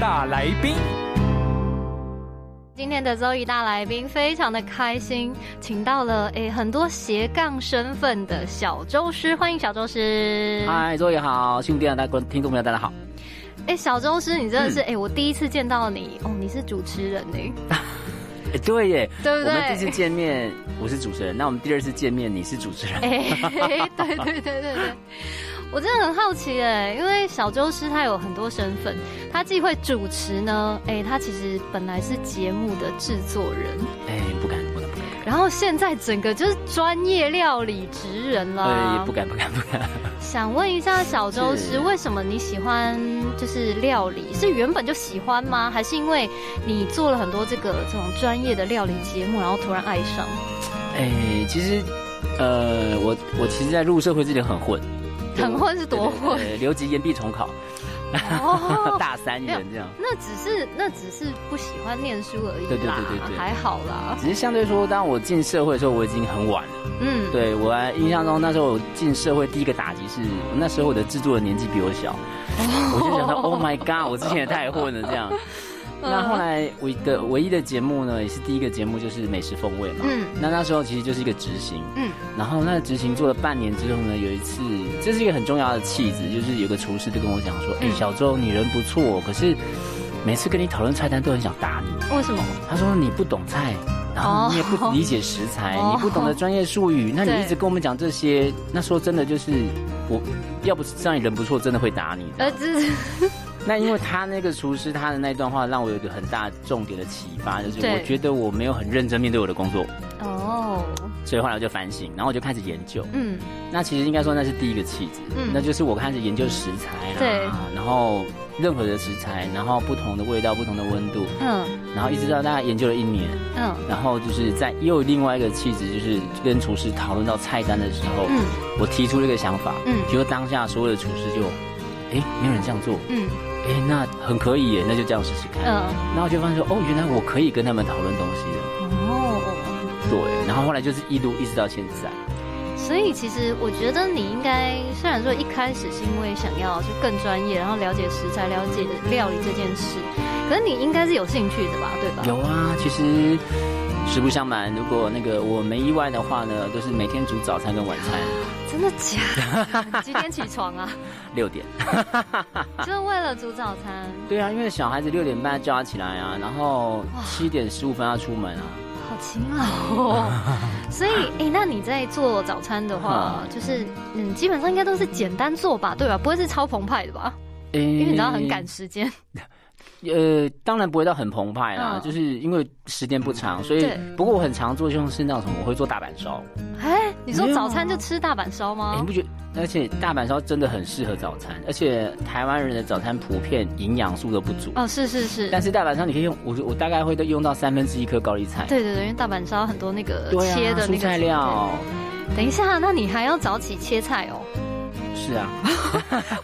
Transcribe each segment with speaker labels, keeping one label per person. Speaker 1: 大来宾，
Speaker 2: 今天的 Zoe 大来宾非常的开心，请到了诶很多斜杠身份的小周师，欢迎小周师。
Speaker 3: 嗨，周也好，新电台观听众朋友大家好。
Speaker 2: 诶，小周师，你真的是诶，我第一次见到你哦，你是主持人呢，
Speaker 3: 哎，对耶，
Speaker 2: 对不
Speaker 3: 我们第一次
Speaker 2: 对？
Speaker 3: 见面，我是主持人，那我们第二次见面，你是主持人。
Speaker 2: 诶，哎 对对对对对，我真的很好奇诶，因为小周师他有很多身份，他既会主持呢，诶，他其实本来是节目的制作人，
Speaker 3: 哎，不敢，不敢，不敢。
Speaker 2: 然后现在整个就是专业料理职人啦。
Speaker 3: 对，哎不敢，不敢，不敢。
Speaker 2: 想问一下小周师，
Speaker 3: 是
Speaker 2: 为什么你喜欢就是料理？是原本就喜欢吗？还是因为你做了很多这个这种专业的料理节目，然后突然爱上？
Speaker 3: 哎，其实，呃，我我其实，在入社会之前很混，
Speaker 2: 很混是多混
Speaker 3: 对，对对留级延毕重考，
Speaker 2: 哦，
Speaker 3: 大三元这样。
Speaker 2: 那只是那只是不喜欢念书而已啦，
Speaker 3: 对对对对对
Speaker 2: 还好啦。
Speaker 3: 只是相对说，当我进社会的时候，我已经很晚了。
Speaker 2: 嗯，
Speaker 3: 对我还印象中，那时候我进社会第一个打击是，那时候我的制作人年纪比我小，
Speaker 2: 哦
Speaker 3: 我就想到 Oh my God，我之前也太混了 这样。
Speaker 2: 嗯
Speaker 3: 那后来我的唯一的节目呢，也是第一个节目就是美食风味嘛。
Speaker 2: 嗯
Speaker 3: 那那时候其实就是一个执行，
Speaker 2: 嗯
Speaker 3: 嗯，然后那执行做了半年之后呢，有一次，这是一个很重要的契机，就是有个厨师就跟我讲说，哎、
Speaker 2: 嗯
Speaker 3: 小周你人不错，可是每次跟你讨论菜单都很想打你。
Speaker 2: 为什么？
Speaker 3: 他说你不懂菜，然后你也不理解食材，
Speaker 2: 哦
Speaker 3: 你不懂得专业术语，那
Speaker 2: 对
Speaker 3: 你一直跟我们讲这些，那说真的就是我。要不是让你人不错，真的会打你。
Speaker 2: 呃，这 是
Speaker 3: 那因为他那个厨师他的那段话，让我有一个很大重点的启发，就是
Speaker 2: 对
Speaker 3: 我觉得我没有很认真面对我的工作，
Speaker 2: 哦，
Speaker 3: 所以后来我就反省，然后我就开始研究。
Speaker 2: 嗯
Speaker 3: 那其实应该说那是第一个契机，
Speaker 2: 嗯
Speaker 3: 那就是我开始研究食材啦，
Speaker 2: 对
Speaker 3: 然后任何的食材，然后不同的味道、不同的温度，
Speaker 2: 嗯
Speaker 3: 然后一直到大概研究了一年，
Speaker 2: 嗯
Speaker 3: 然后就是在又有另外一个契机，就是跟厨师讨论到菜单的时候，
Speaker 2: 嗯
Speaker 3: 我提出了一个想法，
Speaker 2: 嗯
Speaker 3: 结果当下所有的厨师就，哎，没有人这样做，
Speaker 2: 嗯
Speaker 3: 哎，那很可以耶，那就这样试试看。
Speaker 2: 嗯，
Speaker 3: 然后我就发现说，哦，原来我可以跟他们讨论东西了，
Speaker 2: 哦。
Speaker 3: 对。然后后来就是一路一直到现在，
Speaker 2: 所以其实我觉得你应该，虽然说一开始是因为想要就更专业，然后了解食材、了解料理这件事，可是你应该是有兴趣的吧，对吧？
Speaker 3: 有啊，其实。实不相瞒，如果那个我没意外的话呢，都是每天煮早餐跟晚餐，
Speaker 2: 真的假的？几点起床啊？
Speaker 3: 六点。
Speaker 2: 就是为了煮早餐，
Speaker 3: 对啊，因为小孩子六点半叫他起来啊，然后七点十五分要出门啊。
Speaker 2: 好勤劳 哦。所以，哎、那你在做早餐的话，
Speaker 3: 嗯
Speaker 2: 就是嗯，基本上应该都是简单做吧，对吧？不会是超澎湃的吧？
Speaker 3: 因
Speaker 2: 因为你知道很赶时间。
Speaker 3: 呃，当然不会到很澎湃啦，
Speaker 2: 嗯
Speaker 3: 就是因为时间不长，所以
Speaker 2: 对
Speaker 3: 不过我很常做就是那种什么，我会做大阪烧。
Speaker 2: 哎、你说
Speaker 3: 没有
Speaker 2: 早餐就吃大阪烧
Speaker 3: 哎、
Speaker 2: 吗
Speaker 3: 你？不觉得？而且大阪烧真的很适合早餐，而且台湾人的早餐普遍营养素都不足。
Speaker 2: 哦，是是是。
Speaker 3: 啊但是大阪烧你可以用，我我大概会都用到三分之一颗高丽菜，
Speaker 2: 对对对，因为大阪烧很多那个
Speaker 3: 对啊，
Speaker 2: 切的那
Speaker 3: 蔬
Speaker 2: 个
Speaker 3: 菜料，
Speaker 2: 对等一下，那你还要早起切菜 哦。
Speaker 3: 是啊，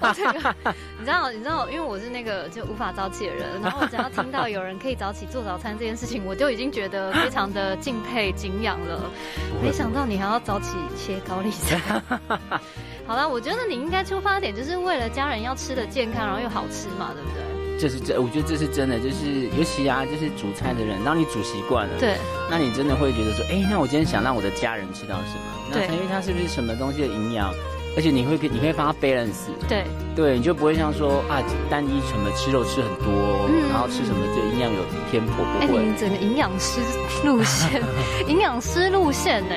Speaker 2: 哎你知道，你知道，因为我是那个就无法早起的人，然后我只要听到有人可以早起做早餐这件事情，我就已经觉得非常的敬佩敬仰了。没想到你还要早起切高丽 菜。好了，我觉得你应该出发点就是为了家人要吃的健康，然后又好吃嘛，对不对？
Speaker 3: 这是真，我觉得这是真的，就是尤其啊，就是煮菜的人，当你煮习惯了，
Speaker 2: 对，
Speaker 3: 那你真的会觉得说，哎、那我今天想让我的家人吃到什么？那
Speaker 2: 对
Speaker 3: 因为它是不是什么东西的营养？而且你会给你会帮它 balance，
Speaker 2: 对，
Speaker 3: 对，你就不会像说啊单一什么吃肉吃很多，
Speaker 2: 嗯
Speaker 3: 然后吃什么就营养有偏颇，
Speaker 2: 哎、
Speaker 3: 不会、
Speaker 2: 你整个营养师路线， 营养师路线呢、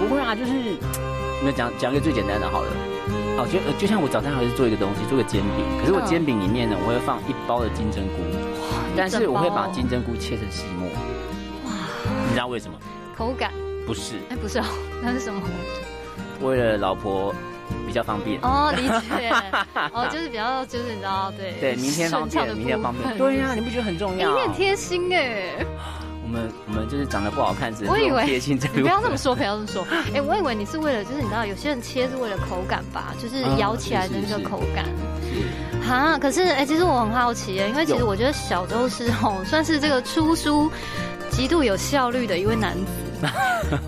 Speaker 3: 不会啊，就是那讲讲一个最简单的好了。哦，就呃就像我早餐还是做一个东西，做个煎饼。可是我
Speaker 2: 嗯
Speaker 3: 煎饼里面呢，我会放一包的金针菇，但是我会把金针菇切成细末。你知道为什么？
Speaker 2: 口感，
Speaker 3: 不是，
Speaker 2: 哎、不是哦，那是什么？
Speaker 3: 为了老婆比较方便。
Speaker 2: 哦，理解，哦，就是比较就是你知道，对
Speaker 3: 对，明天方
Speaker 2: 顺畅的
Speaker 3: 便，明天
Speaker 2: 部
Speaker 3: 方便。
Speaker 2: 分
Speaker 3: 对呀、你不觉得很重
Speaker 2: 哎
Speaker 3: 要
Speaker 2: 你？很贴心哎，
Speaker 3: 我们我们就是长得不好看，只能
Speaker 2: 我以
Speaker 3: 用
Speaker 2: 为
Speaker 3: 贴心这
Speaker 2: 你
Speaker 3: 个。
Speaker 2: 不要这么说，不要这么 说。哎，我以为你是为了，就是你知道，有些人切是为了口感吧，就是
Speaker 3: 嗯
Speaker 2: 咬起来的那
Speaker 3: 是
Speaker 2: 个
Speaker 3: 是
Speaker 2: 口感。
Speaker 3: 是。
Speaker 2: 哈，可是哎、其实我很好奇耶，因为其实
Speaker 3: 有
Speaker 2: 我觉得小周师吼算是这个出书极度有效率的一位男 子。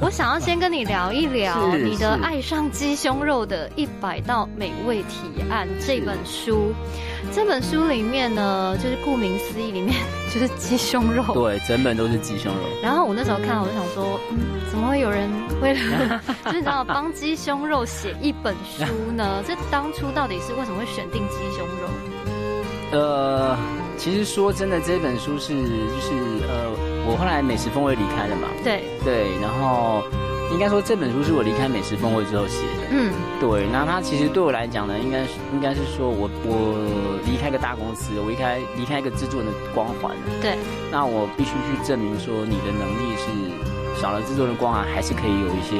Speaker 2: 我想要先跟你聊一聊
Speaker 3: 是
Speaker 2: 你的
Speaker 3: 是
Speaker 2: 《爱上鸡胸肉的一百道美味提案》这本书。这本书里面呢，就是顾名思义，里面 就是鸡胸肉。
Speaker 3: 对，整本都是鸡胸肉。
Speaker 2: 然后我那时候看，我就想说，嗯，怎么会有人为 了就是你知道帮鸡胸肉写一本书 呢？这当初到底是为什么会选定鸡胸肉？
Speaker 3: 呃，其实说真的，这本书是就是呃，我后来美食风味离开了嘛，
Speaker 2: 对，
Speaker 3: 对，然后应该说这本书是我离开美食风味之后写的。
Speaker 2: 嗯。
Speaker 3: 对，那它其实对我来讲呢，应该是应该是说我我离开一个大公司，我离开离开一个制作人的光环，
Speaker 2: 对，
Speaker 3: 那我必须去证明说你的能力是少了制作人的光环，还是可以有一些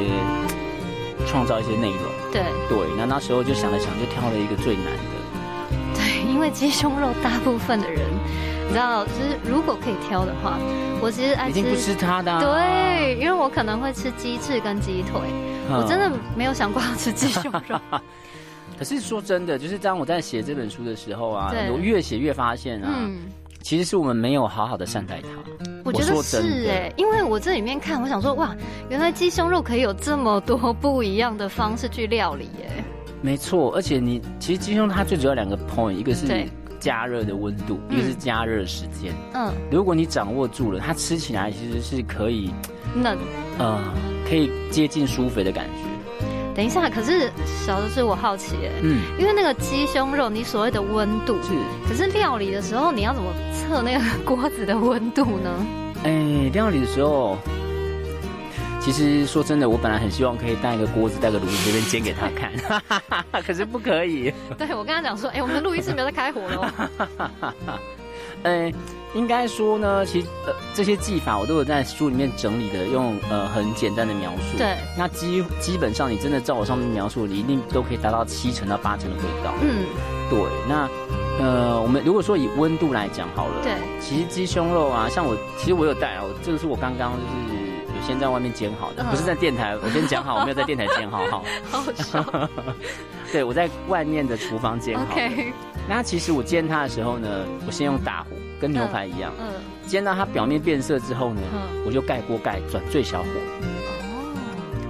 Speaker 3: 嘖创造一些内容。
Speaker 2: 对
Speaker 3: 对，那那时候就想了想，就挑了一个最难的。
Speaker 2: 对， 因为鸡胸肉大部分的人，你知道，就是如果可以挑的话，我其实爱
Speaker 3: 已
Speaker 2: 吃
Speaker 3: 经。不吃它的、啊，
Speaker 2: 对，因为我可能会吃鸡翅跟鸡腿，
Speaker 3: 嗯
Speaker 2: 我真的没有想过要吃鸡 胸肉。
Speaker 3: 可是说真的，就是当我在写这本书的时候啊
Speaker 2: 对，
Speaker 3: 我越写越发现啊，
Speaker 2: 嗯，
Speaker 3: 其实是我们没有好好的善待它。
Speaker 2: 我觉得
Speaker 3: 我说真
Speaker 2: 是
Speaker 3: 的
Speaker 2: 哎，因为我这里面看，我想说哇，原来鸡胸肉可以有这么多不一样的方式去料理耶。
Speaker 3: 没错，而且你其实鸡胸它最主要两个 point，一个是
Speaker 2: 对
Speaker 3: 加热的温度，
Speaker 2: 嗯
Speaker 3: 一个是加热时间。
Speaker 2: 嗯，
Speaker 3: 如果你掌握住了，它吃起来其实是可以，
Speaker 2: 嫩。
Speaker 3: 呃，可以接近酥肥的感觉。
Speaker 2: 等一下，可是小的是我好奇耶，
Speaker 3: 嗯，
Speaker 2: 因为那个鸡胸肉，你所谓的温度，
Speaker 3: 是。
Speaker 2: 可是料理的时候，你要怎么测那个锅子的温度呢？
Speaker 3: 哎、料理的时候，其实说真的，我本来很希望可以带一个锅子、带个炉子随便煎给他 看，可是不可以。
Speaker 2: 对我跟他讲说，哎、我们录音室没有在开火哦喽。
Speaker 3: 呃，应该说呢，其实呃这些技法我都有在书里面整理的，用呃很简单的描 述。
Speaker 2: 对，
Speaker 3: 那基基本上你真的照我上面描述，你一定都可以达到七成到八成的味道。
Speaker 2: 嗯，
Speaker 3: 对，那呃我们如果说以温度来讲好了，
Speaker 2: 对，
Speaker 3: 其实鸡胸肉啊，像我其实我有带啊，我这个是我刚刚就是有先在外面煎好的，
Speaker 2: 嗯
Speaker 3: 不是在电台，我先讲好，我没有在电台煎好 好，
Speaker 2: 好好笑。
Speaker 3: 对我在外面的厨房煎好的。
Speaker 2: OK，
Speaker 3: 那其实我煎它的时候呢，我先用大火，跟牛排一样。
Speaker 2: 嗯，
Speaker 3: 煎到它表面变色之后呢，
Speaker 2: 嗯
Speaker 3: 我就盖锅盖，转最小火。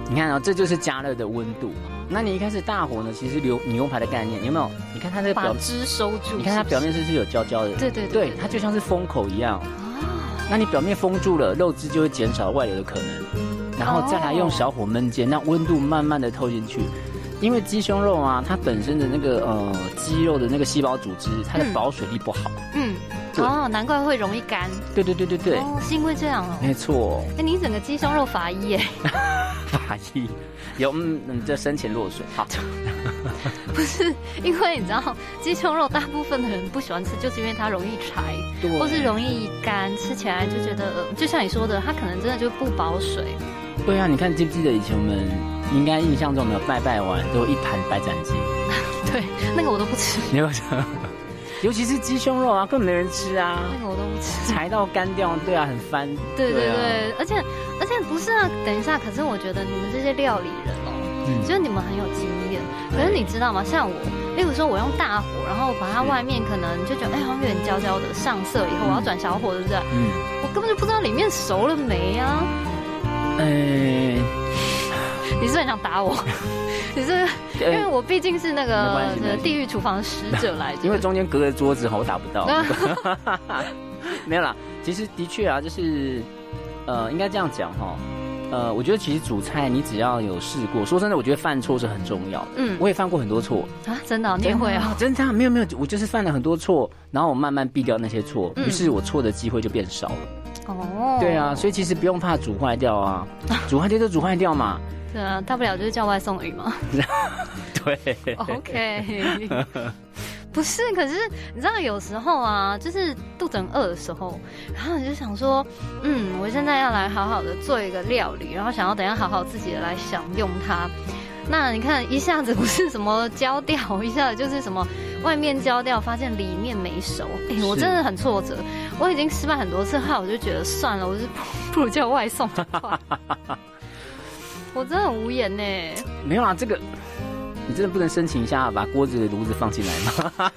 Speaker 3: 你看啊、这就是加热的温度。那你一开始大火呢，其实牛牛排的概念有没有？你看它这个
Speaker 2: 哦把
Speaker 3: 表，
Speaker 2: 汁收住。
Speaker 3: 你看它表面是不是有焦焦的？
Speaker 2: 是不是，对对
Speaker 3: 对，它就像是封口一样。
Speaker 2: 哦
Speaker 3: 那你表面封住了，肉汁就会减少外流的可能，然后再来用小火焖煎，让温度慢慢的透进去。因为鸡胸肉啊，它本身的那个呃肌肉的那个细胞组织，它的
Speaker 2: 嗯
Speaker 3: 保水力不好。
Speaker 2: 嗯，
Speaker 3: 对
Speaker 2: 哦，难怪会容易干。
Speaker 3: 对对对对对，
Speaker 2: 哦，是因为这样哦。
Speaker 3: 没错。
Speaker 2: 哎、你整个鸡胸肉法医 耶，
Speaker 3: 法医，有嗯，嗯，这深浅落水。好，
Speaker 2: 不是因为你知道鸡胸肉大部分的人不喜欢吃，就是因为它容易柴，
Speaker 3: 对
Speaker 2: 或是容易干，吃起来就觉得，呃就像你说的，它可能真的就不保水。
Speaker 3: 对啊，你看记不记得以前我们应该印象中，我们有拜拜完都有一盘白斩 鸡，
Speaker 2: 对，那个我都不吃，
Speaker 3: 你有没有想？尤其是鸡胸肉啊，根本没人吃啊，
Speaker 2: 那个我都不吃。
Speaker 3: 柴到干掉，对啊，很翻。
Speaker 2: 对对
Speaker 3: 啊，
Speaker 2: 对，而且而且不是啊，等一下，可是我觉得你们这些料理人哦，
Speaker 3: 嗯
Speaker 2: 就是你们很有经验。可是你知道吗？像我，例如说我用大火，然后把它
Speaker 3: 是
Speaker 2: 外面可能就觉得哎好像有点焦焦的，上色以后我要转小火，对不对？
Speaker 3: 嗯，
Speaker 2: 我根本就不知道里面熟了没啊！
Speaker 3: 哎，
Speaker 2: 嗯你是不是很想打 我？你是不是因为
Speaker 3: 呃
Speaker 2: 我毕竟是那
Speaker 3: 没
Speaker 2: 个
Speaker 3: 关系没
Speaker 2: 呃
Speaker 3: 关系
Speaker 2: 地狱厨房的使者来着，
Speaker 3: 因为中间隔着桌子哈，我打不到。
Speaker 2: 啊
Speaker 3: 没有啦，其实的确啊，就是呃，应该这样讲哈。呃，我觉得其实煮菜你只要有试过，说真的，我觉得犯错是很重要的。
Speaker 2: 嗯
Speaker 3: 我也犯过很多错，
Speaker 2: 啊真的哦、你也会啊、
Speaker 3: 真的啊没有没有，我就是犯了很多错，然后我慢慢避掉那些错，
Speaker 2: 嗯
Speaker 3: 于是我错的机会就变少了。
Speaker 2: 哦，
Speaker 3: 对啊，所以其实不用怕煮坏掉啊，煮坏掉就煮坏掉嘛。
Speaker 2: 对啊，大不了就是叫外送鱼嘛。
Speaker 3: 对，
Speaker 2: OK，不是，可是你知道有时候啊，就是肚子很饿的时候，然后你就想说，嗯，我现在要来好好的做一个料理，然后想要等一下好好自己的来享用它。那你看一下子不是什么焦掉，一下子就是什么外面焦掉，发现里面没熟。哎、我
Speaker 3: 是
Speaker 2: 真的很挫折，我已经失败很多次，后来我就觉得算了，我就是不不如叫外送就好了我真的很无言呢、
Speaker 3: 没有啊，这个你真的不能申请一下把锅子炉子放进来吗？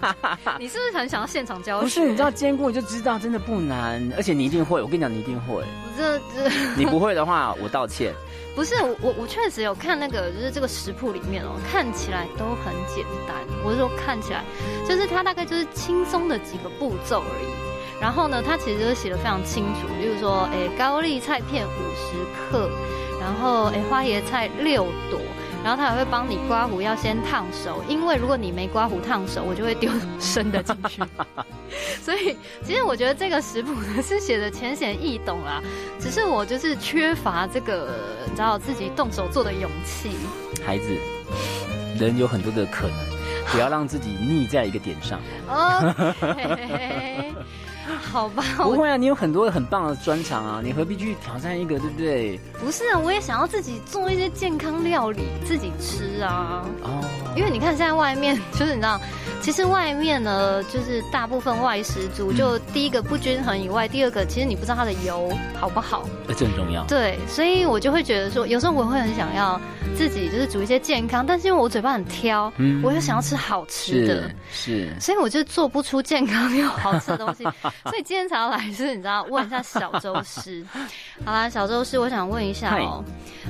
Speaker 2: 你是不哦是很想要现场教学？
Speaker 3: 不是，你知道煎锅你就知道，真的不难，而且你一定会。我跟你讲，你一定 会。
Speaker 2: 我这这
Speaker 3: 你不会的话，我道歉。
Speaker 2: 不是我我我确实有看那个，就是这个食谱里面哦，看起来都很简单。我是说看起来，就是它大概就是轻松的几个步骤而已。然后呢，它其实就是写的非常清楚，例如说，诶，高丽菜片五十克，然后诶，花椰菜六朵，然后它还会帮你刮胡要先烫熟，因为如果你没刮胡烫熟，我就会丢 生的进去。 所以其实我觉得这个食谱呢是写的浅显易懂啊啦，只是我就是缺乏这个，你知道自己动手做的勇气。
Speaker 3: 孩子，人有很多 的可能，不要让自己腻在一个点上。
Speaker 2: OK，好吧，
Speaker 3: 不
Speaker 2: 我
Speaker 3: 会啊，你有很多很棒的专长啊，你何必去挑战一个，对不对？
Speaker 2: 不是啊，我也想要自己做一些健康料理，自己吃啊。
Speaker 3: 哦，
Speaker 2: 因为你看现在外面，就是你知道，其实外面呢，就是大部分外食族，就第一个不均衡以外，第二个其实你不知道它的油好不好。
Speaker 3: 呃这很重要。
Speaker 2: 对，所以我就会觉得说，有时候我会很想要自己就是煮一些健康，但是因为我嘴巴很挑，
Speaker 3: 嗯
Speaker 2: 我又想要吃好吃的
Speaker 3: 是。是，
Speaker 2: 所以我就做不出健康又好吃的东西，所以今天才要来，就是你知道问一下小周师。好啦，小周师，我想问一下哦，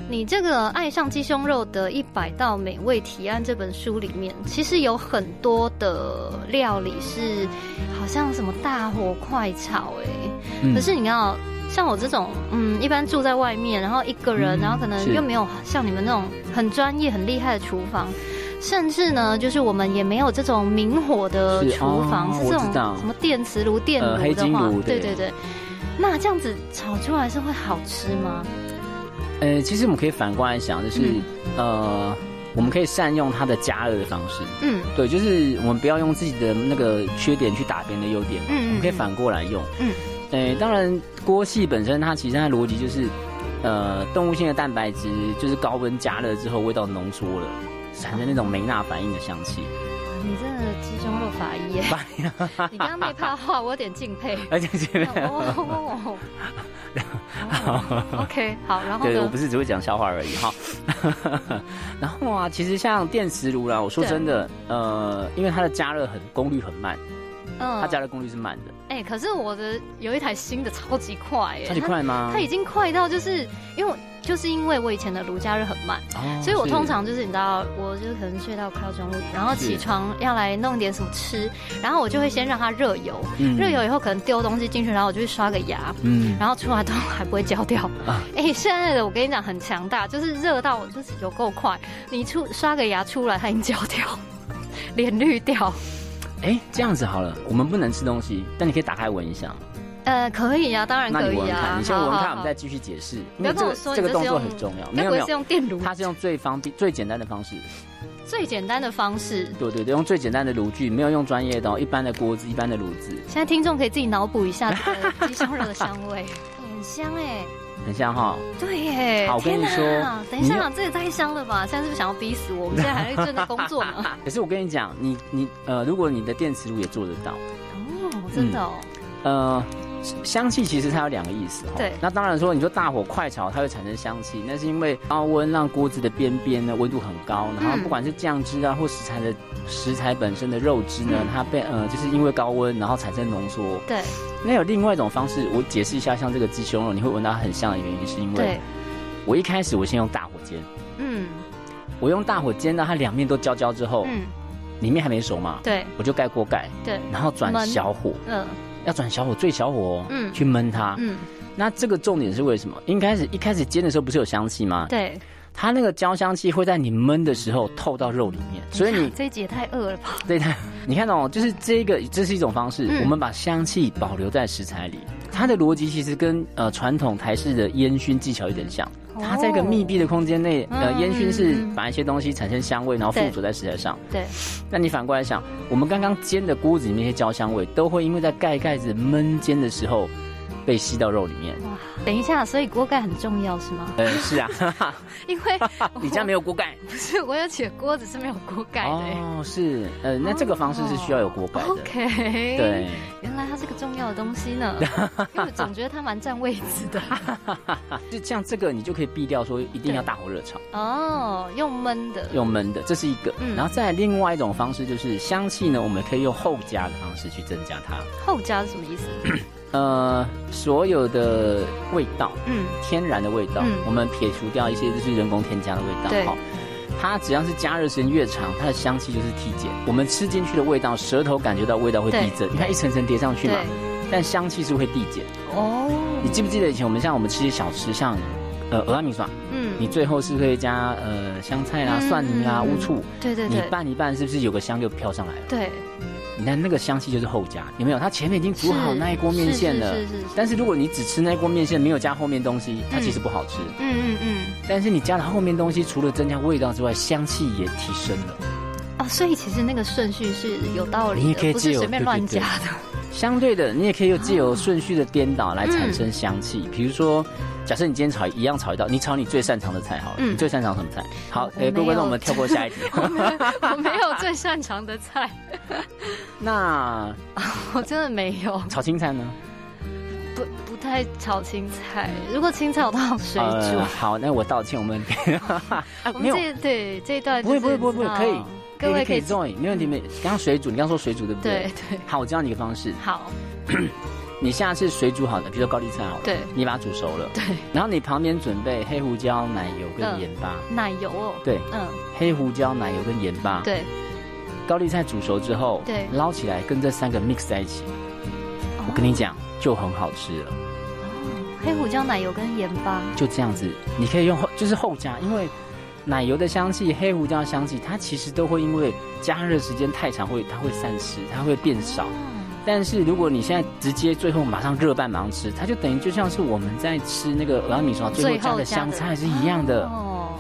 Speaker 2: 你这个《爱上鸡胸肉的一百道美味提案》这本书里面，其实有很多的料理是好像什么大火快炒哎、
Speaker 3: 嗯
Speaker 2: 可是你要像我这种，嗯，一般住在外面，然后一个人，
Speaker 3: 嗯
Speaker 2: 然后可能
Speaker 3: 是
Speaker 2: 又没有像你们那种很专业、很厉害的厨房，甚至呢，就是我们也没有这种明火的
Speaker 3: 是
Speaker 2: 厨房，
Speaker 3: 哦
Speaker 2: 是这
Speaker 3: 我
Speaker 2: 种
Speaker 3: 知道
Speaker 2: 什么电磁炉、电
Speaker 3: 呃
Speaker 2: 炉
Speaker 3: 黑
Speaker 2: 的
Speaker 3: 金
Speaker 2: 话，
Speaker 3: 炉
Speaker 2: 对
Speaker 3: 对
Speaker 2: 对对。那这样子炒出来是会好吃吗？
Speaker 3: 呃，其实我们可以反过来想，就是、
Speaker 2: 嗯
Speaker 3: 呃，我们可以善用它的加热的方式。
Speaker 2: 嗯
Speaker 3: 对，就是我们不要用自己的那个缺点去打别人的优点嘛，
Speaker 2: 嗯嗯
Speaker 3: 我们可以反过来用。
Speaker 2: 嗯，
Speaker 3: 对，当然锅系本身它其实它的逻辑就是，呃，动物性的蛋白质就是高温加热之后味道浓缩了，产生那种梅纳反应的香气。
Speaker 2: 你真的鸡胸肉法医 耶！
Speaker 3: 哎
Speaker 2: 你刚刚那怕话，我有点敬佩。
Speaker 3: 而且这边，
Speaker 2: 哦哦，OK，好，然后
Speaker 3: 对我
Speaker 2: 呢
Speaker 3: 不？是只会讲笑话而已 哈。然后啊，其实像电磁炉啦，我说
Speaker 2: 对
Speaker 3: 真的，呃，因为它的加热很功率很慢，它
Speaker 2: 嗯
Speaker 3: 加热功率是慢的，
Speaker 2: 哎、可是我的有一台新的超级快耶，
Speaker 3: 超级
Speaker 2: 它
Speaker 3: 快吗
Speaker 2: 它？已经快到就是因为我就是因为我以前的炉加热很慢，
Speaker 3: 哦
Speaker 2: 所以我
Speaker 3: 是
Speaker 2: 通常就是你知道，我就是可能睡到快要中午，然后
Speaker 3: 是
Speaker 2: 起床要来弄点什么吃，然后我就会先让它热油，
Speaker 3: 嗯
Speaker 2: 热油以后可能丢东西进去，然后我就去刷个牙。
Speaker 3: 嗯
Speaker 2: 然后出来都还不会焦掉，哎、
Speaker 3: 啊
Speaker 2: 现在的我跟你讲很强大，就是热到我就是有够快，你出刷个牙出来它已经焦掉， 脸绿掉，
Speaker 3: 哎，这样子好了，我们不能吃东西，但你可以打开闻一下。
Speaker 2: 呃，可以啊，当然
Speaker 3: 那
Speaker 2: 可
Speaker 3: 你
Speaker 2: 以
Speaker 3: 闻
Speaker 2: 啊，
Speaker 3: 看，你先
Speaker 2: 好
Speaker 3: 闻看，
Speaker 2: 好
Speaker 3: 我们
Speaker 2: 好
Speaker 3: 再继续解释。
Speaker 2: 不
Speaker 3: 因
Speaker 2: 要
Speaker 3: 为
Speaker 2: 跟
Speaker 3: 这
Speaker 2: 我
Speaker 3: 个
Speaker 2: 说
Speaker 3: 这个
Speaker 2: 你这
Speaker 3: 动
Speaker 2: 是
Speaker 3: 作
Speaker 2: 用
Speaker 3: 很重要，
Speaker 2: 该
Speaker 3: 没
Speaker 2: 不
Speaker 3: 有
Speaker 2: 会
Speaker 3: 没
Speaker 2: 是
Speaker 3: 有，
Speaker 2: 用电炉
Speaker 3: 它是用最方便、最简单的方式。
Speaker 2: 最简单的方式。
Speaker 3: 对对对，用最简单的炉具，没有用专业的、哦，一般的锅子、一般的炉子，
Speaker 2: 现在听众可以自己脑补一 下这个鸡胸肉的香味，很香哎，
Speaker 3: 很像哈、
Speaker 2: 对耶！
Speaker 3: 好我跟
Speaker 2: 天
Speaker 3: 你嗯
Speaker 2: 哪
Speaker 3: 说
Speaker 2: 等一下，啊这也太香了吧！现在是不是想要逼死 我？我们现在还正在工作呢。
Speaker 3: 可是我跟你讲，你你呃，如果你的电磁炉也做得到，
Speaker 2: 哦，真的哦，
Speaker 3: 呃，香气其实它有两个意思哈、
Speaker 2: 对
Speaker 3: 那当然说，你说大火快炒，它会产生香气，那是因为高温让锅子的边边呢温度很高，然后
Speaker 2: 嗯
Speaker 3: 不管是酱汁啊或食材的食材本身的肉汁呢，它被呃就是因为高温然后产生浓缩。
Speaker 2: 嗯对
Speaker 3: 那有另外一种方式，我解释一下，像这个鸡胸肉，你会闻到很香的原因，是因为
Speaker 2: 对，
Speaker 3: 我一开始我先用大火煎，
Speaker 2: 嗯
Speaker 3: 我用大火煎到它两面都焦焦之后，
Speaker 2: 嗯，
Speaker 3: 里面还没熟嘛，
Speaker 2: 对
Speaker 3: 我就盖锅盖，
Speaker 2: 对，
Speaker 3: 然后转
Speaker 2: 焖
Speaker 3: 小火，
Speaker 2: 嗯
Speaker 3: 要转小火最小火、哦，
Speaker 2: 嗯
Speaker 3: 去焖它。
Speaker 2: 嗯，
Speaker 3: 那这个重点是为什么？一开始一开始煎的时候不是有香气吗？
Speaker 2: 对。
Speaker 3: 它那个焦香气会在你焖的时候透到肉里面，所以你
Speaker 2: 这一集也太饿了吧？
Speaker 3: 对它， 你看哦，就是这一个，这是一种方式，
Speaker 2: 嗯
Speaker 3: 我们把香气保留在食材里。它的逻辑其实跟呃传统台式的烟熏技巧有点像，它在一个密闭的空间内，呃
Speaker 2: 哦嗯，
Speaker 3: 烟熏是
Speaker 2: 嗯嗯
Speaker 3: 把一些东西产生香味，然后附
Speaker 2: 对
Speaker 3: 着在食材上。
Speaker 2: 对，
Speaker 3: 那你反过来想，我们刚刚煎的锅子里面那些焦香味，都会因为在盖盖子焖煎的时候，被吸到肉里 面。
Speaker 2: 哇，等一下，所以锅盖很重要是 吗？
Speaker 3: 呃，是啊，哈哈
Speaker 2: 因为
Speaker 3: 你家没有锅盖
Speaker 2: 不是我有写锅子是没有锅盖的耶。
Speaker 3: 哦，是，呃，那这个方式是需要有锅盖的。
Speaker 2: OK，
Speaker 3: 哦对，
Speaker 2: 原来它是个重要的东西 呢，因为我总觉得它蛮占位置的。
Speaker 3: 就像这个，你就可以避掉说一定要大火热炒，
Speaker 2: 哦，用焖的，
Speaker 3: 用焖的，这是一个。
Speaker 2: 嗯
Speaker 3: 然后再来另外一种方式就是香气呢，我们可以用后加的方式去增加它。
Speaker 2: 后加是什么意思？
Speaker 3: 呃，所有的味道，
Speaker 2: 嗯，
Speaker 3: 天然的味道，
Speaker 2: 嗯
Speaker 3: 我们撇除掉一些就是人工添加的味道。
Speaker 2: 对
Speaker 3: 好它只要是加热时间越长，它的香气就是递减。我们吃进去的味道，舌头感觉到味道会递增，因为它一层层叠上去嘛
Speaker 2: 对。
Speaker 3: 但香气是会递减。
Speaker 2: 哦，
Speaker 3: 你记不记得以前我们像我们吃一些小吃，像呃鹅肝米爽，
Speaker 2: 嗯
Speaker 3: 你最后是可以加呃香菜啦、
Speaker 2: 嗯
Speaker 3: 蒜泥啦、
Speaker 2: 嗯
Speaker 3: 乌醋，
Speaker 2: 对对
Speaker 3: 你
Speaker 2: 对，
Speaker 3: 拌一拌，是不是有个香就飘上来了？
Speaker 2: 对，
Speaker 3: 你看那个香气就是后加，有没有？它前面已经煮好
Speaker 2: 是
Speaker 3: 那一锅面线了。
Speaker 2: 是是是是是
Speaker 3: 但是如果你只吃那一锅面线，没有加后面东西，它
Speaker 2: 嗯
Speaker 3: 其实不好吃。
Speaker 2: 嗯嗯嗯，
Speaker 3: 但是你加了后面东西，除了增加味道之外，香气也提升了。
Speaker 2: 哦，所以其实那个顺序是有道
Speaker 3: 你
Speaker 2: 理
Speaker 3: 也可
Speaker 2: 的，
Speaker 3: 以
Speaker 2: 不
Speaker 3: 借
Speaker 2: 是
Speaker 3: 由
Speaker 2: 随便乱加的。
Speaker 3: 相对的，你也可以有借由顺序的颠倒来
Speaker 2: 嗯
Speaker 3: 产生香气。比如说，假设你今天炒一样炒一道，你炒你最擅长的菜好了，
Speaker 2: 嗯
Speaker 3: 你最擅长什么菜？好，
Speaker 2: 我
Speaker 3: 哎，各位观
Speaker 2: 没有
Speaker 3: 众，我们跳过下一 题。
Speaker 2: 我没有最擅长的菜，
Speaker 3: 那
Speaker 2: 我真的没有，
Speaker 3: 炒青菜呢？
Speaker 2: 不不太炒青菜。如果青菜，我都用水煮。
Speaker 3: 呃好，那我道歉，我们啊
Speaker 2: 我们
Speaker 3: 没有。
Speaker 2: 这对这一段
Speaker 3: 不会
Speaker 2: 就是
Speaker 3: 不会不会不会，可以
Speaker 2: 啊， 各位可以
Speaker 3: 可以 join，没问题没。刚刚水煮，你刚刚说水煮对不对？
Speaker 2: 对对
Speaker 3: 好，我教你一个方式，
Speaker 2: 好
Speaker 3: 你下次水煮好的，比如说高丽菜好了，
Speaker 2: 对
Speaker 3: 你把它煮熟了，
Speaker 2: 对
Speaker 3: 然后你旁边准备黑胡椒、奶油跟
Speaker 2: 嗯
Speaker 3: 盐巴。
Speaker 2: 奶油哦，
Speaker 3: 对，
Speaker 2: 嗯
Speaker 3: 黑胡椒、奶油跟盐巴。，
Speaker 2: 对，
Speaker 3: 高丽菜煮熟之后，
Speaker 2: 对
Speaker 3: 捞起来跟这三个 mix 在一起，我跟你讲就很好吃了。
Speaker 2: 哦黑胡椒、奶油跟盐巴，
Speaker 3: 就这样子，你可以用后就是后加，因为奶油的香气、黑胡椒的香气，它其实都会因为加热时间太长会它会散失，它会变少。但是如果你现在直接最后马上热拌马上吃，它就等于就像是我们在吃那个鹅米爽最后加的香菜是一样的。
Speaker 2: 哦。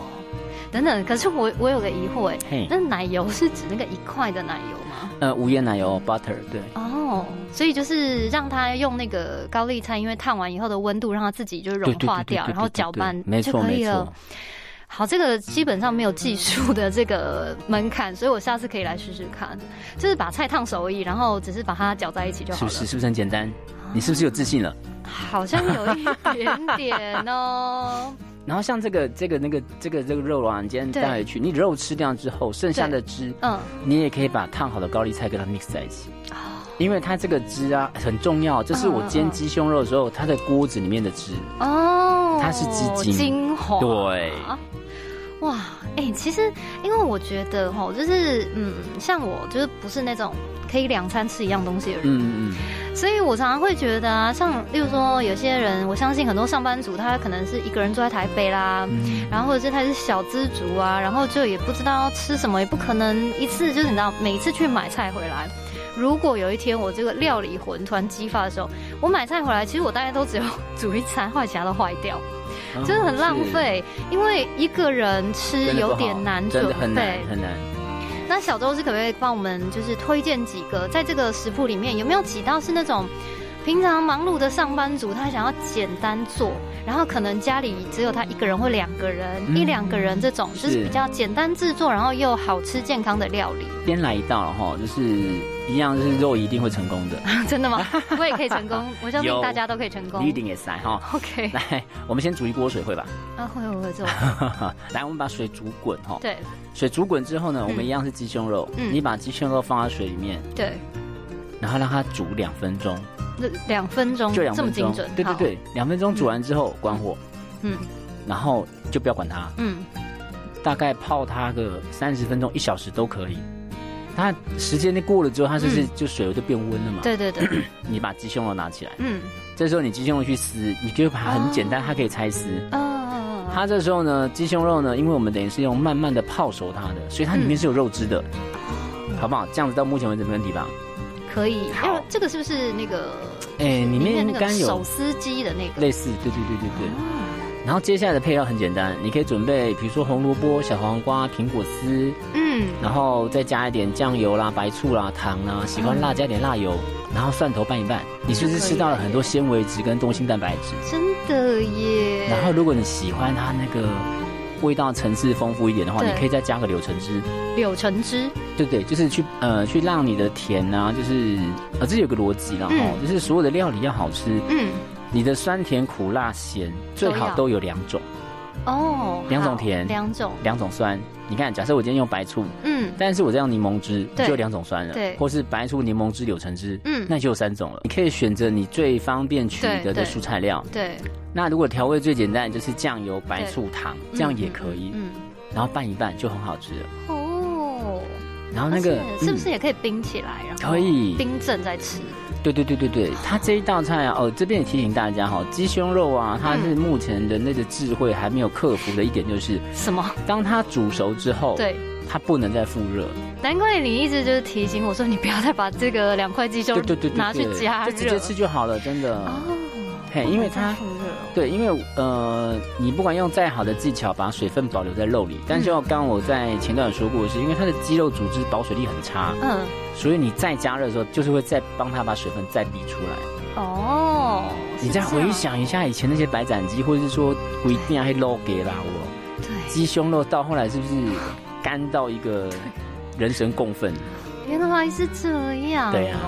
Speaker 2: 等等，可是我我有个疑惑哎，
Speaker 3: 嘿，
Speaker 2: 那奶油是指那个一块的奶油吗？
Speaker 3: 呃，无盐奶油 butter 对，
Speaker 2: 哦，所以就是让它用那个高丽菜，因为烫完以后的温度让它自己就融
Speaker 3: 对对
Speaker 2: 化
Speaker 3: 对对
Speaker 2: 掉，
Speaker 3: 对
Speaker 2: 然后
Speaker 3: 对对
Speaker 2: 搅
Speaker 3: 对
Speaker 2: 拌
Speaker 3: 没
Speaker 2: 就
Speaker 3: 错
Speaker 2: 可
Speaker 3: 没
Speaker 2: 以了
Speaker 3: 错。。
Speaker 2: 好，这个基本上没有技术的这个门槛，所以我下次可以来试试看，就是把菜烫熟而已，然后只是把它搅在一起就好
Speaker 3: 是
Speaker 2: 了。
Speaker 3: 不是是不是很简单？你是不是有自信了？
Speaker 2: 嗯好像有一点点 哦。
Speaker 3: 然后像这个这个那个这个这个肉啊，你今天
Speaker 2: 对
Speaker 3: 带回去，你肉吃掉之后，剩下的汁，
Speaker 2: 嗯，
Speaker 3: 你也可以把烫好的高丽菜跟它 mix 在一起。
Speaker 2: 哦
Speaker 3: 因为它这个汁啊很重要，这是我
Speaker 2: 嗯嗯
Speaker 3: 煎
Speaker 2: 嗯
Speaker 3: 鸡胸肉的时候，它的锅子里面的汁。
Speaker 2: 哦，
Speaker 3: 它是鸡精
Speaker 2: 精华，
Speaker 3: 对
Speaker 2: 哇，哎、其实因为我觉得哈，就是嗯，像我就是不是那种可以两餐吃一样东西的人，
Speaker 3: 嗯嗯
Speaker 2: 所以我常常会觉得啊，像例如说有些人，我相信很多上班族，他可能是一个人住在台北啦。
Speaker 3: 嗯，
Speaker 2: 然后或者是他是小资族啊，然后就也不知道要吃什么，也不可能一次就是你知道每次去买菜回来。如果有一天我这个料理魂突然激发的时候，我买菜回来，其实我大概都只有煮一餐，后来其他都坏掉。
Speaker 3: 嗯哦
Speaker 2: 真的很浪，费，因为一个人
Speaker 3: 是
Speaker 2: 吃
Speaker 3: 真的不
Speaker 2: 有
Speaker 3: 好
Speaker 2: 点难
Speaker 3: 真
Speaker 2: 准
Speaker 3: 的很难
Speaker 2: 备。
Speaker 3: 很难。
Speaker 2: 那小周是可不可以帮我们就是推荐几个，在这个食谱里面有没有几道是那种平常忙碌的上班族，他想要简单做，然后可能家里只有他一个人或两个人、
Speaker 3: 嗯
Speaker 2: 一两个人这种，就是
Speaker 3: 是
Speaker 2: 比较简单制作，然后又好吃健康的料 理，
Speaker 3: 先来一道了哈，就是一样，就是肉一定会成功的，
Speaker 2: 真的吗？我也可以成功，我 相信大家都可以成功
Speaker 3: 你一。定也塞哈。
Speaker 2: OK，
Speaker 3: 来，我们先煮一锅水会吧。
Speaker 2: 啊会会会做，
Speaker 3: 来，我们把水煮滚哈。
Speaker 2: 对
Speaker 3: 水煮滚之后呢，我
Speaker 2: 嗯
Speaker 3: 们一样是鸡胸肉，
Speaker 2: 嗯
Speaker 3: 你把鸡胸肉放在水里面，
Speaker 2: 对，
Speaker 3: 然后让它煮两分钟，
Speaker 2: 那两分钟
Speaker 3: 就两
Speaker 2: 哦这么
Speaker 3: 分
Speaker 2: 精
Speaker 3: 钟
Speaker 2: 准，，
Speaker 3: 对对
Speaker 2: 好，
Speaker 3: 对，两分钟煮完之后关火，
Speaker 2: 嗯
Speaker 3: 然后就不要管它，
Speaker 2: 嗯，
Speaker 3: 大概泡它个三十分钟、一小时都可以。它时间过了之后，它就是就水就变温了嘛。
Speaker 2: 嗯对对对，
Speaker 3: 你把鸡胸肉拿起来，
Speaker 2: 嗯。
Speaker 3: 这时候你鸡胸肉去撕，你就把它很简单，它可以拆撕。
Speaker 2: 嗯，
Speaker 3: 它这时候呢，鸡胸肉呢，因为我们等于是用慢慢的泡熟它的，所以它
Speaker 2: 嗯
Speaker 3: 里面是有肉汁的，好不好？这样子到目前为止没问题吧？
Speaker 2: 可以。
Speaker 3: 好
Speaker 2: 要这个是不是那个
Speaker 3: 哎，里面
Speaker 2: 那
Speaker 3: 应
Speaker 2: 个
Speaker 3: 该有
Speaker 2: 手撕鸡的那个？啊
Speaker 3: 类似，对对对对对。然后接下来的配料很简单，你可以准备比如说红萝卜、小黄瓜、苹果丝，
Speaker 2: 嗯，
Speaker 3: 然后再加一点酱油啦、白醋啦、糖啦，喜欢辣加点辣油，
Speaker 2: 嗯
Speaker 3: 然后蒜头拌一拌，你是不是吃到了很多纤维质跟多性蛋白质？
Speaker 2: 真的耶。
Speaker 3: 然后如果你喜欢它那个味道层次丰富一点的话，
Speaker 2: 对
Speaker 3: 你可以再加个柳橙汁，
Speaker 2: 柳橙汁，
Speaker 3: 对对，就是去呃去让你的甜啊，就是呃这有个逻辑啦
Speaker 2: 嗯
Speaker 3: 哦，就是所有的料理要好吃，
Speaker 2: 嗯，
Speaker 3: 你的酸甜苦辣咸最
Speaker 2: 都
Speaker 3: 好
Speaker 2: 要
Speaker 3: 都有两种，
Speaker 2: 哦，
Speaker 3: 两种
Speaker 2: 好
Speaker 3: 甜
Speaker 2: 两种，
Speaker 3: 两种酸。你看，假设我今天用白醋，
Speaker 2: 嗯，
Speaker 3: 但是我这样柠檬汁
Speaker 2: 对
Speaker 3: 就有两种酸了，
Speaker 2: 对
Speaker 3: 或是白醋、柠檬汁、柳橙汁，
Speaker 2: 嗯
Speaker 3: 那就有三种了。你可以选择你最方便取
Speaker 2: 对
Speaker 3: 得的
Speaker 2: 嗯对
Speaker 3: 蔬菜料。
Speaker 2: 对，
Speaker 3: 那如果调味最简单，就是酱油、白
Speaker 2: 对
Speaker 3: 醋、糖，这样也可以，
Speaker 2: 嗯，
Speaker 3: 然后拌一拌就很好吃了。
Speaker 2: 嗯哦，
Speaker 3: 然后那个
Speaker 2: 而且是不是
Speaker 3: 嗯
Speaker 2: 也可以冰起来，然后
Speaker 3: 可以
Speaker 2: 冰镇再吃？
Speaker 3: 对对对对对，它这一道菜啊，哦，这边也提醒大家哈、鸡胸肉
Speaker 2: 嗯
Speaker 3: 啊，它是目前人类的智慧还没有克服的一点，就是
Speaker 2: 什么？
Speaker 3: 当它煮熟之后，
Speaker 2: 对，
Speaker 3: 它不能再复热。
Speaker 2: 难怪你一直就是提醒我说，你不要再把这个两块鸡胸
Speaker 3: 对对对对对，
Speaker 2: 拿去加
Speaker 3: 就
Speaker 2: 热，
Speaker 3: 直接吃就好了，真的。
Speaker 2: 哦，
Speaker 3: 嘿，因为它
Speaker 2: 不能再复热哦
Speaker 3: 对，因为呃，你不管用再好的技巧把水分保留在肉里，
Speaker 2: 嗯
Speaker 3: 但就像刚刚我在前段有说过的是，因为它的肌肉组织保水力很差，
Speaker 2: 嗯，
Speaker 3: 所以你再加热的时候，就是会再帮它把水分再逼出来。
Speaker 2: 哦，是
Speaker 3: 你再
Speaker 2: 这
Speaker 3: 回
Speaker 2: 样，
Speaker 3: 想一下以前那些白斩鸡，或者是说不一定要啊黑 low 给啦，我
Speaker 2: 对，
Speaker 3: 鸡胸肉到后来是不是 干到一个人神共愤？
Speaker 2: 原来是这样、
Speaker 3: 对啊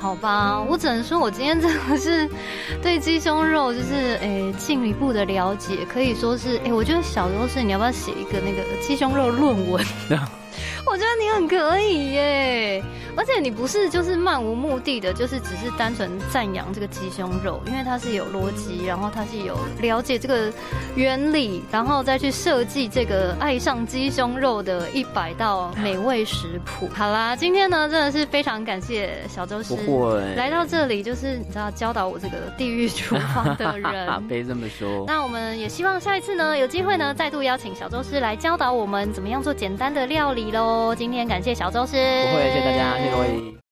Speaker 2: 好吧，我只能说，我今天真的是对鸡胸肉就是诶进一步的了解，可以说是诶，我觉得小时候是你要不要写一个那个鸡胸肉论 文？我觉得你很可以耶，而且你不是就是漫无目的的，就是只是单纯赞扬这个鸡胸肉，因为它是有逻辑，然后它是有了解这个原理，然后再去设计这个爱上鸡胸肉的一百道美味食谱。好啦，今天呢真的是非常感谢小周师
Speaker 3: 不会
Speaker 2: 来到这里，就是你知道教导我这个地狱厨房的
Speaker 3: 啊，
Speaker 2: 人。
Speaker 3: 别这么说。
Speaker 2: 那我们也希望下一次呢，有机会呢，再度邀请小周师来教导我们怎么样做简单的料理喽。今天感谢小周师，
Speaker 3: 不会，谢谢大家，谢谢各位。